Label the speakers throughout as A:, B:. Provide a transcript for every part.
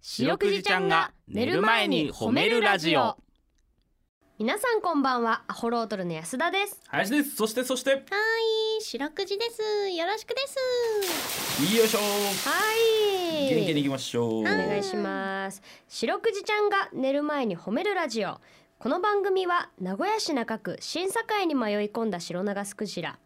A: 白くじちゃんが寝る前に褒めるラジオ
B: 皆さんこんばんはアホロートルの安田です
A: 林ですそしてそしてよ
B: はい白くじですよろしくです
A: いしょ
B: はい
A: 元気にいきましょう
B: お願いします白くじちゃんが寝る前に褒めるラジオこの番組は名古屋市中区審査会に迷い込んだ白長スクジラ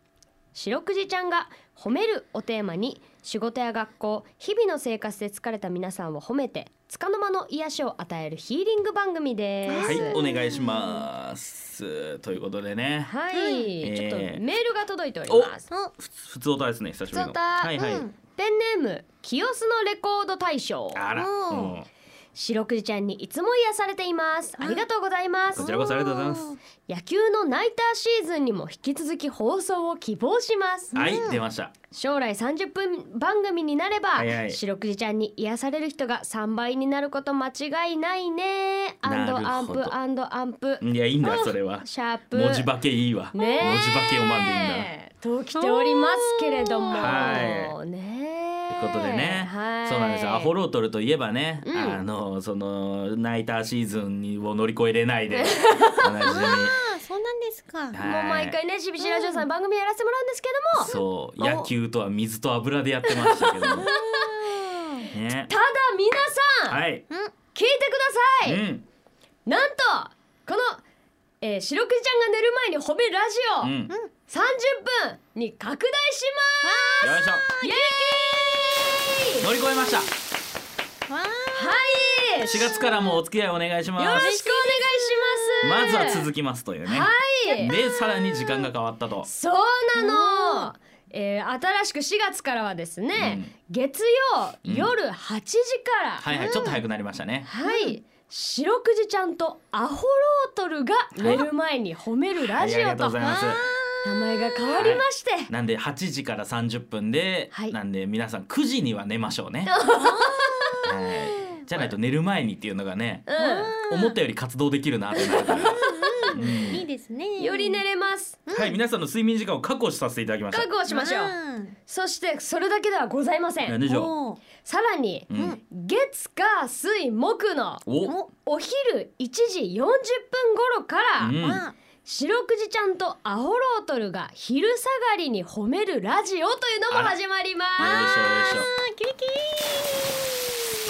B: 白くじちゃんが褒めるをテーマに仕事や学校日々の生活で疲れた皆さんを褒めて束の間の癒しを与えるヒーリング番組です
A: はいお願いしますということでね
B: はい、
A: えー
B: ちょっとメールが届いております
A: ふつ普通おたですね久しぶりの
B: 普通おた
A: はいはい、
C: うん
B: ペンネーム清須のレコード大賞
A: あら、
C: う
A: うん
C: ん
B: 白くじちゃんにいつも癒されていますありがとうございます
A: こちらこそありがとうございます
B: 野球のナイターシーズンにも引き続き放送を希望します、
A: はい出ました
B: 将来30分番組になれば、
A: はいはい
B: 白くじちゃんに癒される人が3倍になること間違いないねアンド
A: な
B: ア
A: る
B: ン
A: ほど
B: プアンドアンプ
A: いやいいんだそれは
B: シャープ
A: 文字化けいいわ、
B: ねえ
A: 文字化けをまんでいいんだ
B: と来ておりますけれども
A: は
B: ね
A: ということでね、
B: はい
A: そうなんですよアホロートルといえばね、
B: うん
A: あのそのナイターシーズンを乗り越えれないでおなじみ
C: あ、そうなんですか。
A: は
B: もう毎回ねしびしラジオさん番組やらせてもらうんですけども
A: そう
B: お
A: 野球とは水と油でやってましたけど もね
B: ただ皆さん、
A: はい、
B: 聞いてください、
A: うん
B: なんとこの、えー、白くじちゃんが寝る前に褒めラジオ、
A: うんよ
B: 30分に拡大しま
A: いし
B: すイエーイ
A: ょ乗り越えました
C: わ
B: はい
A: 4月からもお付き合いお願いしま
B: よろ
A: す
B: しくお願
A: ま
B: いし
A: ず
B: ます
A: は続
B: き
A: きますというね、
B: はい
A: でさらに時間が変わったと
B: そうなの、えー、新しく4月からはですね、月曜
A: うん
B: 夜8時から、
A: はいはいちょっと早くなりましたね
B: はい、白くじちゃんとアホロートルが寝る前に褒めるラジ
A: はいあ
B: オ
A: りがとう
B: と
A: ござ
B: 名
A: います
B: 前が変わりまして、
A: なんで8時から30分で、
B: はい
A: なんで皆さん9時には寝ましょう ね。はい、じゃないと寝る前にっていうのがね、思ったより活動できるなってなるから。う
C: ーいい
A: ん
C: です
B: う
C: ね。
B: ん、より寝れます
A: はい、皆さんの睡眠時間を確保させていただきました
B: 覚。悟しましょう、そしてそれだけではございません、
A: 何でしょ
C: おー
B: さらに、
A: う。うん、
B: 月火水木の
A: お、
B: お昼1時40分頃から、
A: うん
C: あ、
B: 白くじちゃんとアホロートルが昼下がりに褒めるラジオというのも始まりま
A: あらよいしょよいしょ
B: すキリキ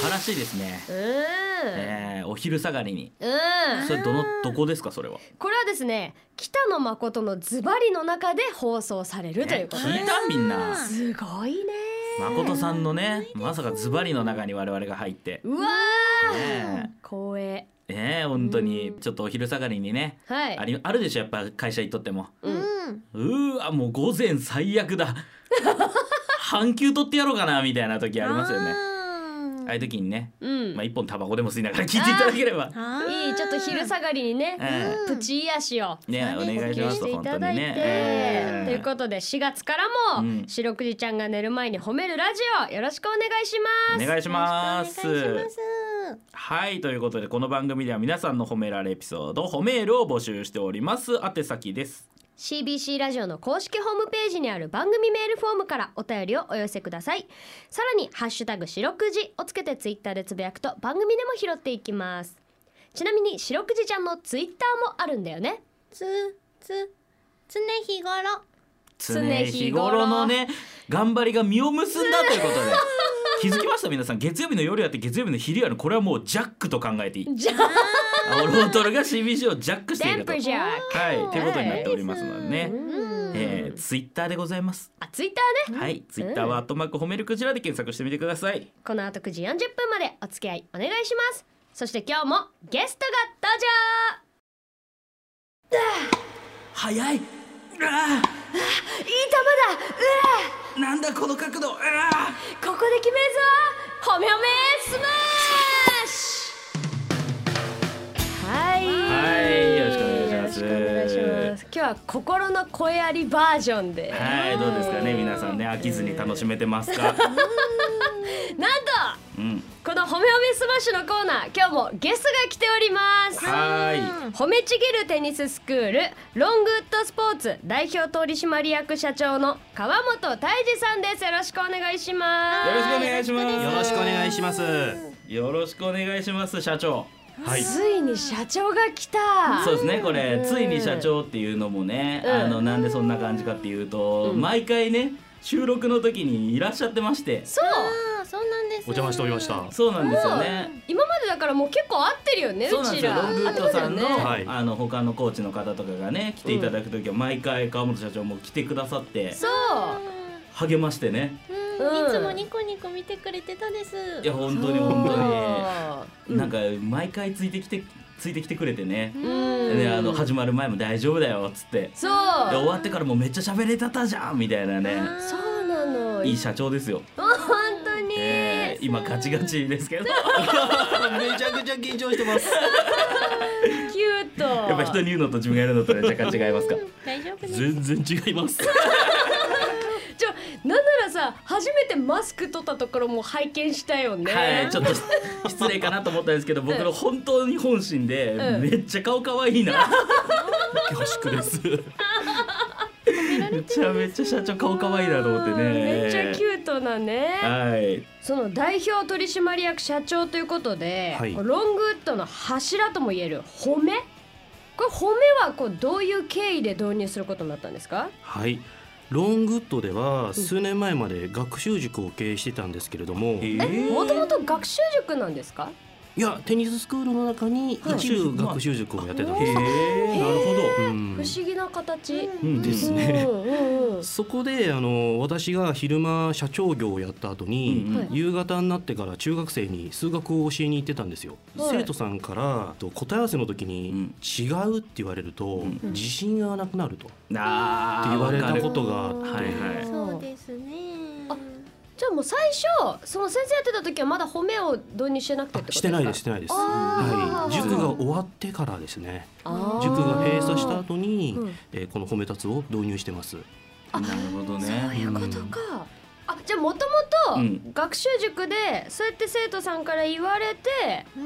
A: 晴らしいですね。
B: リうん、
A: えー、お昼下がりに。
B: うん、
A: それどのどこですかそれは。
B: これはですね北野誠のズバリの中で放送されるということ
A: ね聞
B: で
A: いたみんな。
B: すすごいね
A: 誠さんのね、まさかズバリの中に我々が入って。
B: うわ
A: ね
B: ー光栄
A: え、ねえ本当にちょっとお昼下がりにね、
B: はい
A: ありあるでしょやっぱ会社行っとっても。
C: う
B: うん
C: ん。
A: うーわもう午前最悪だ半休取ってやろうかなみたいな時ありますよねああいう時にね、
B: うん
A: まあ、一本タバコでも吸いながら聞いていただければ
C: あー
B: いいちょっと昼下がりにね、
A: え
B: プチ癒しを
A: ねお
C: そうですね
A: 願いし
B: 提供
A: ま
B: し
A: す
B: て
A: と
B: い
A: 本当
B: た
A: に
B: だいて、
A: ね、
B: とい
A: え
B: う
A: ー
B: ことで4月からも、
A: うん
B: 白くじちゃんが寝る前に褒めるラジオよろしくお願いします
A: お願いします
C: よろしくお願いします。
A: はいということでこの番組では皆さんの褒められエピソード褒めールを募集しております宛先です
B: CBC ラジオの公式ホームページにある番組メールフォームからお便りをお寄せくださいさらに「ハッシュタグ白くじ」をつけてツイッターでつぶやくと番組でも拾っていきますちなみに白くじちゃんのツイッターもあるんだよ ね
C: つ、つ、常 日頃。
A: 常日頃のね頑張りが実を結んだということで気づきました皆さん月曜日の夜やって月曜日の昼やるこれはもうジャックと考えていい
B: じゃ
A: オロートルが CBC をジャックしてい
B: テ
A: る
B: ン
A: と
B: プ。ジャーク
A: はい、ということになっておりますので
B: う
A: ね。
B: ん
A: えー、ツイッターでございます。
B: あツイッターね
A: はい、ツイッターはアットマーク褒めるクジラで検索してみてください。
B: この後9時40分までお付き合いお願いしますそして今日もゲストが登
A: 早い。あ
B: 場いい球だ
A: あ、なんだこの角度。ああ。
B: ここで決めるぞほめほめスマッシュはい
A: はいよろしくお願いします
B: よろしくお願いします今日は心の声ありバージョンで
A: はい、どうですかね、皆さんね、飽きずに楽しめてま すか。
B: なんと
A: うん、
B: このほめほめスマッシュのコーナー今日もゲストが来ております
A: は
B: 褒めちぎるテニススクールロングウッドスポーツ代表取締役社長の川本泰二さんですよろしくお願いします
A: い。よろしくお願いします。
D: よろしくお願いします。
A: いよろしくお願いします社長はい
B: ついに社長が来た
A: そうですねこれ
B: うん
A: ついに社長っていうのもね
B: うん
A: あのなんでそんな感じかっていうと
B: うん
A: 毎回ね収録の時にいらっしゃってまして
B: そう
C: あーそうなんです。
D: お邪魔しておりました。
A: そうなんですよね
B: 今までだからもう結構合ってるよね
A: そう
B: う
A: なんで
B: ち
A: すよ
B: ら
A: ロングウッドさんの,、
B: 合ってますよね
D: はい
A: あの他のコーチの方とかがね来ていただく時は毎回川本社長も来てくださって
B: そう
A: 励ましてね
C: うん
B: うん
C: いつもニコニコ見てくれてたです。
A: いや本当に本当
B: そう
A: になんか毎回ついてきてついてきてくれてね
C: う、
B: うん
A: であの始まる前も大丈夫だよっつって
B: そ
A: で
B: う
A: 終わってからもめっちゃ喋れたたじゃんみたいなね
B: そうなの
A: いい社長ですよ、
B: 本当に、
A: えー今ガチガチですけど
D: めちゃくちゃ緊張してます。
B: キュート
A: やっぱ人に言うのと自分がやるのとね若干違いますか
C: 大丈夫です。
D: 全然違います。
B: ちょなんならさ初めてマスク取ったところも拝見したよね、
A: はい、ちょっ と失礼かなと思ったんですけど、僕の本当に本心で、
B: うん
A: めっちゃ顔可愛いな。
D: 恐縮です。
A: めちゃめちゃ社長顔可愛いなと思ってね。
B: めっちゃキュートなね、
A: はい、
B: その代表取締役社長ということで、
D: はい
B: ロングウッドの柱とも言える褒めこれ褒めはこうどういう経緯で導入することになったんですか
D: はい。ロングウッドでは数年前まで学習塾を経営してたんですけれども、い
B: もともと学習塾なんですか
D: やテニススクールの中に一部学習塾をやってたん
A: へ
D: です。
A: え、なるほ
D: う
A: ど。
B: 不
D: ん
B: 思議な形、
A: うん
D: ですね
B: うん うんうん
D: そこであの私が昼間社長業をやった後に、
A: うんうん
D: 夕方になってから中学生に数学を教えに行ってたんですよ、
B: はい
D: 生徒さんからと答え合わせの時に
A: ん
D: 「違う」って言われると、
A: ん
D: 自信がなくなると、
A: なあ、
D: って言われた
A: わか
D: こ
A: る
D: とがあっ
B: わ
D: て、
A: かるはいはい
C: そうですね。
B: あじゃあもう最初その先生やってた時はまだ褒めを導入してなくてってこと
D: してないですしてないです、
B: あー
D: はい、塾が終わってからですね
B: あー
D: 塾が閉鎖した後に、
B: うん
D: えーこの褒め立つを導入してます
A: なるほど
B: そうい
A: ね。
B: うことか。あじゃあもと
A: う
B: も
A: ん
B: と学習塾でそうやって生徒さんから言われて
C: う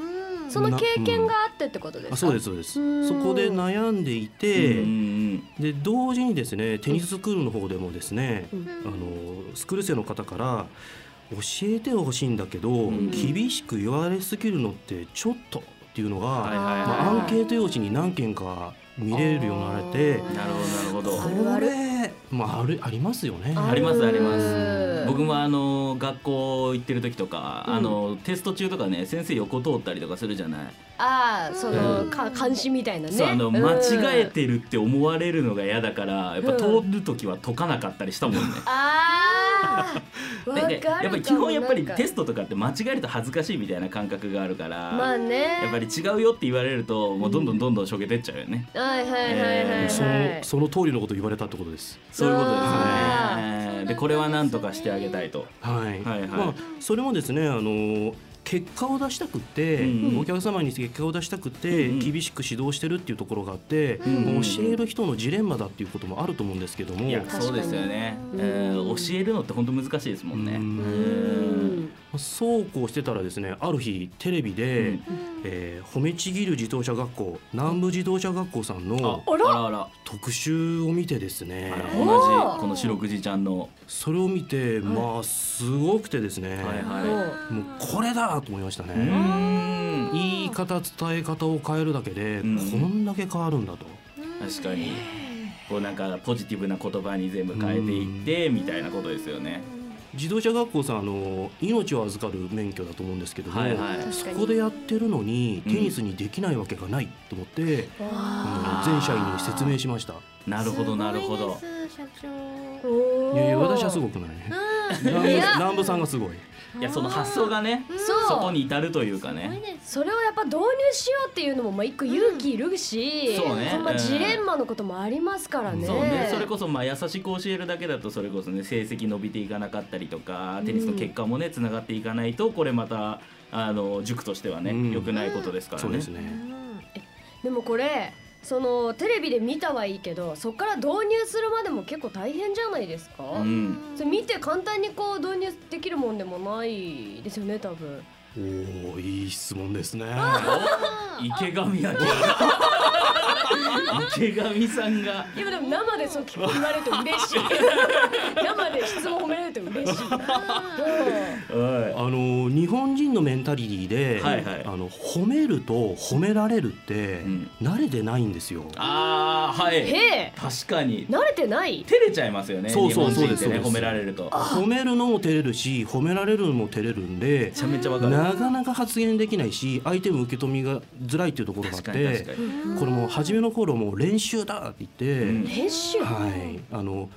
C: ん。
B: その経験があってってことですか。
D: あそうですそうです
B: うん
D: そこで悩んでいて、
A: うん
D: で同時にですねテニススクールの方でもですね、
B: うん
D: あのスクール生の方から教えてほしいんだけど、
A: ん
D: 厳しく言われすぎるのってちょっとっていうのが、
A: はいはい
D: まあ、
A: は
D: ア
A: い
D: ンケート用紙に何件か見れるようになれて
A: なるほどなるほ
B: あ
A: ど。
B: る
D: これまああるありますよね。
A: ありますあります僕もあの学校行ってる時とか、
B: うん
A: あのテスト中とかね先生横通ったりとかするじゃない、
B: ああその、
C: うん
B: か監視みたいなね。
A: そうあの
B: ん
A: 間違え。てるって思われるのが嫌だからやっぱ通る時は解かなかったりしたもんね、
B: ああ。わか
A: で
B: る
A: で
B: かも。
A: やっぱり基本やっぱり
B: なんか
A: テストとかって間違えると恥ずかしいみたいな感覚があるから、
B: まあね。
A: やっぱり違うよって言われるともうどんどんどんどんしょげてっちゃうよね、
B: はいはいはいはいはい。
A: えー
D: そのその通りのこと言われたってことです。
A: そういうことです
B: あ
A: ねでこれは何とかしてあげたいと
D: はい、
A: はいはい
D: まあそれもですねあの結果を出したくって、
A: うん
D: お客様に結果を出したくって、
A: うん
D: 厳しく指導してるっていうところがあって、
A: ん
D: 教える人のジレンマだっていうこともあると思うんですけども
A: いや
B: かに
A: そうですよね、
B: うん
A: えー教えるのって本当難しいですもんね、
D: うん
B: うん
D: そうこうしてたらですねある日テレビで、えー褒めちぎる自動車学校南部自動車学校さんの
A: あらあら
D: 特集を見てですね
A: あら
B: お
A: 同じこの四六時ちゃんの
D: それを見て、まあすごくてです
A: は
D: ね、
A: いはい
D: もうこれだと思いましたね。
A: うーん
D: 言い方伝え方を変えるだけで、
A: うん
D: こんだけ変わるんだと。
A: 確かにこうなんかポジティブな言葉に全部変えていってみたいなことですよね。
D: 自動車学校さんあの命を預かる免許だと思うんですけども、
A: はいはい
D: そこでやってるのに
A: うん
D: テニスにできないわけがないと思って、
A: あ
D: あ
A: ー
D: の全社員に説明しました。
A: なるほどなるほど
C: す。ごいです社長。
B: おー
D: いやいや私はすごくない。
C: あ
D: 南部南部さんがすごい。
A: いやその発想がね
B: そう
A: そこに至るというか
C: ーすごい
A: ね。
C: です。
B: それをやっぱ導入しようっていうのもまあ一個勇気いるし、
A: うんそうね
B: ほんまジレンマのこともありますからね。
A: そうね、それこそまあ優しく教えるだけだとそれこそね成績伸びていかなかったりとかテニスの結果もねつながっていかないとこれまたあの塾としてはね
D: うん
A: 良くないことですから
D: そう
A: ね
D: です。ね。
B: でもこれそのテレビで見たはいいけどそこから導入するまでも結構大変じゃないですか、
A: うん、
B: それ見て簡単にこう導入できるもんでもないですよね多分
D: おおいい質問ですね。
A: 池上彰 池上さんが
B: いやでも生でそう聞こ言われると嬉 しい生で質問褒められると嬉しいうん
A: は
D: あの日本人のメンタリティで、
A: はいはい
D: あの褒めると褒められるって、
A: うん
D: 慣れてないんですよ。
A: あーはい
B: へえ
A: 確かに
B: 慣れてない
A: 照れちゃいますよね
D: そうそう
A: 日本人ってね
D: そうですそうです
A: 褒められるとめ
D: 褒めるのも照れるし褒められるのも照れるんで
A: ちゃめちゃわかる
D: なかなか発言できないし相手も受け止めがづらいっていうところがあっ
A: 確かに確か
D: て
A: に
D: これもう初めの頃もう練習だって言って、
B: 編集
D: はい、あの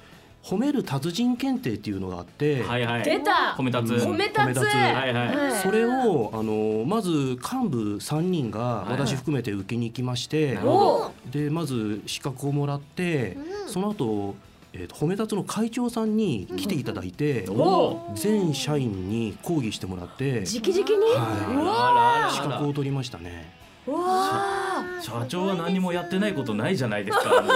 D: 褒める達人検定っていうのがあって、
A: はいはい
B: 出た
A: 褒め立つ
D: うん
B: 褒め立つ
D: 褒め立つ
A: はいはい
B: はい
D: それをあのまず幹部3人が
A: はい
D: 私含めて受けに行きまして、
A: なるほど
B: お
D: でまず資格をもらって、
C: うん
D: その後、えーと褒め立つの会長さんに来ていただいて、
A: おお
D: 全社員に抗議してもらって、
B: 直々に
D: はいう
B: わ
A: あ
D: 資
A: らあらあ
D: 格
A: ら
D: を取りましたね。
B: うわ
A: 社長は何もやってないことないじゃないですかもう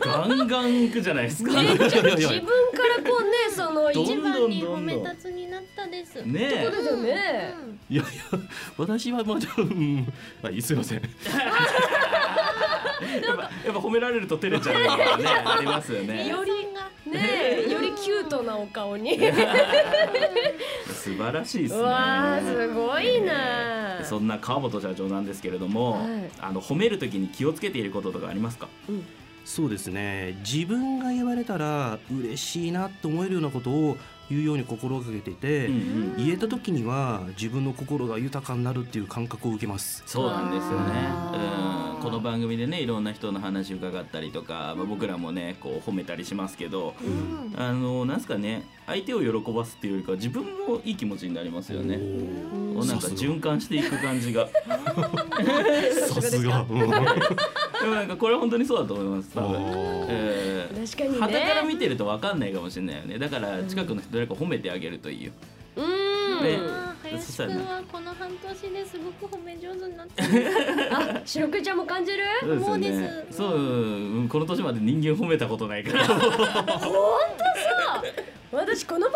A: ガンガン行くじゃないですか
B: ね
D: いやいやい
B: 自
D: や
B: 分からこうねその一
A: ど
B: 番
C: 一番に褒め立つになったです。
A: ねえ
B: そうですよね
D: いやいや私はまだ、うん、あいいすいません。
A: やっぱやっぱ褒められると照れちゃうのがねありますよね
B: より
C: が
B: ねよりキュートなお顔に
A: 素晴らしいです
B: う
A: ね
B: わーすごいな
A: そんな川本社長なんですけれども、
B: はい
A: あの褒めるときに気をつけていることとかありますか？
D: そうですね自分が言われたら嬉しいなと思えるようなことを言うように心がけていて、
A: うんうん
D: 言えた時には自分の心が豊かになるっていう感覚を受けます。
A: そうなんですよ
B: あ
A: ね。
B: ー
A: うん、この番組でね、いろんな人の話伺ったりとか、まあ、僕らもね、こう褒めたりしますけど、
C: うん
A: あのなんすかね、相手を喜ばすっていうよりかは自分もいい気持ちになりますよね。
B: おー
A: こうなんか循環していく感じが、
D: さすが。うん
A: でもなんかこれ本当にそうだと思います。多分。 えー
B: 確かにね
A: 旗から見てるとわかんないかもしれないよね。だから近くの人誰か褒めてあげるといいよ。
B: う
A: ね
B: ん
C: あー林くんはこの半年ですごく褒め上手になっ た。
B: あ、白くちゃんも感じる
A: そうですよ
C: もう
A: ね
C: で。す
A: そう、うんこの年まで人間褒めたこと ないから。
B: 私この番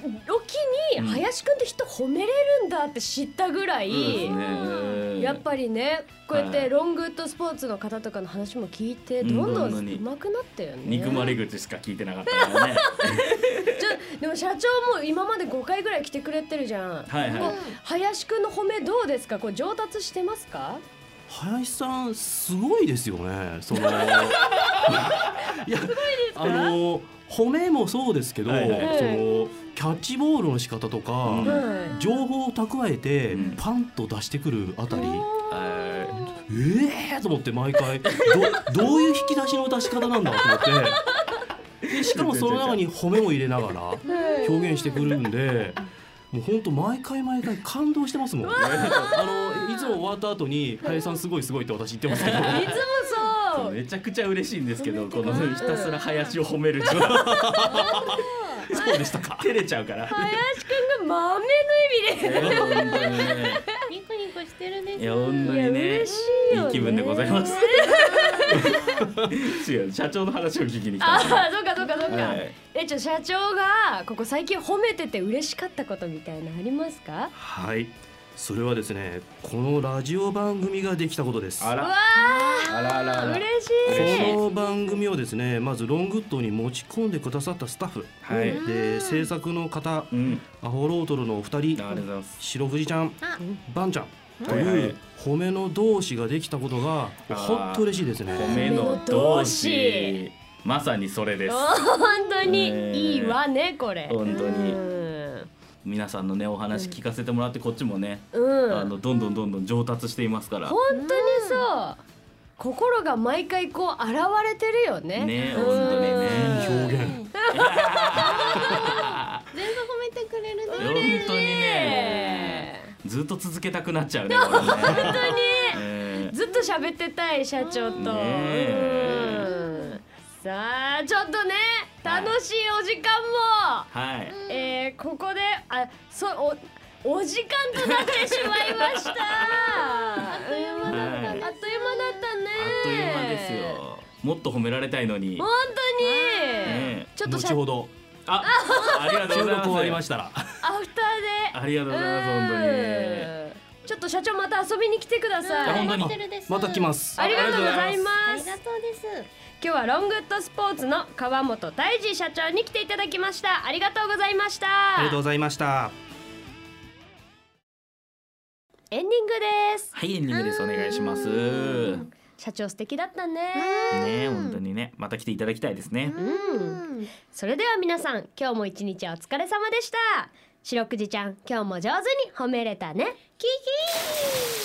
B: 組を機
A: うん
B: に林くんって人褒めれるんだって知ったぐらい、
A: ね
B: やっぱりねこうやっ
A: は
B: て
A: い
B: ロングウッドスポーツの方とかの話も聞いて
A: うん
B: どんどん
A: どんどんに
B: 上手くなったよね
A: 憎まれ口しか聞いてなかったからね。
B: ちょでも社長も今まで5回ぐらい来てくれてるじゃん
A: はいはい。
B: 林くんの褒めどうですかこう上達してますか
D: 林さんすごいですよね。そ のいやあの褒めもそうですけど、
A: はいはい
D: そのキャッチボールの仕方とか。
A: うん
B: は
D: 情報を蓄えて
A: うん
D: パンと出してくるあたり、
A: えー
D: ええー、と思って毎回どどういう引き出しの出し方なんだと思ってでしかもその中に褒めも入れながら
B: い
D: 表現してくるんでもうほんと毎回毎回感動してますもんあのいつも終わった後に「林さんすごいすごい」って私言ってますけど
B: いつもそう
A: めちゃくちゃ嬉しいんですけど、この
C: 褒めてな
A: ひたすら林を褒める人は。そうでしたか。照れちゃうから。
B: 林くんが豆の意味で
A: いや本当にね
C: ニコニコしてるです。
A: いや本当に
B: いや
A: ね。いい
B: 嬉しいよね
A: 気分でございます。 違う、社長の話を聞きに来
B: あ
A: た
B: あ
A: んで。
B: そうかそうかそうか、
A: はい
B: えちょ社長がここ最近褒めてて嬉しかったことみたいなのありますか
D: はいそれはですねこのラジオ番組ができたことです
A: あ
D: こ
A: ら。あらあらあら。
B: 嬉し
A: 嬉しい
B: い
D: の番組をですねまずロングッドに持ち込んでくださったスタッフ、
A: はい
D: で制作の方
A: うん。
D: アホロートルのお二
A: ありがとうご
D: 人
A: ざいます。
D: 白藤ちゃん
C: あ
D: バンちゃんと
A: はい
D: い
A: は
D: う
A: い
D: 褒めの同士ができたことが
A: あー
D: ほんと嬉しいですね
A: 褒めの同士。まさにそれです。
B: 本当
A: ね
B: にいいわねこれ
A: 本当に
B: うん
A: 皆さんのねお話聞かせてもらってこっちもね、
B: うん
A: あのどんどんどんどん上達していますから
B: 本当にそう心が毎回こう現れてるよね
A: ね
B: うん
A: 本当にね
D: いい表現
C: 全部褒めてくれる
A: 本
C: ね。
A: 当にね
B: ね
A: ずっと続けたくなっちゃうね本当に、え
B: ずっと喋ってたい社長と、
A: ねえ
B: うんさあちょっとね
A: はい
B: 楽しいお時間も、
A: ーはい
B: えーここであそうおお時間となってしまいました あっという間だった、
A: はい
B: あっという間だったね
A: あっという間ですよもっと褒められたいのに
B: 本当に、
A: ねえ
B: ちょっと
D: 後
B: 社
D: ほど
A: あありがとう
D: 収
A: ござい
D: 録終わ り
A: ま
D: ますしたら
B: アフターで
A: ありがとうございます本当
B: う
A: に
B: んちょっと社長また遊びに来てくだ
C: は
B: さ
C: い
B: い
D: 本当に
C: ホテルです
D: また来ます
B: ありがとうござい
C: あ
B: ま
C: り
B: す
C: がとうです
B: 今日はロングッドスポーツの川本大二社長に来ていただきましたありがとうございました
D: ありがとうございました
B: エンディングです
A: はいエンディングですお願いします
C: うん
A: ね
B: 社長素敵だったね
A: 本当にねまた来ていただきたいですね
B: うんそれでは皆さん今日も一日お疲れ様でした白くじちゃん今日も上手に褒めれたねキキー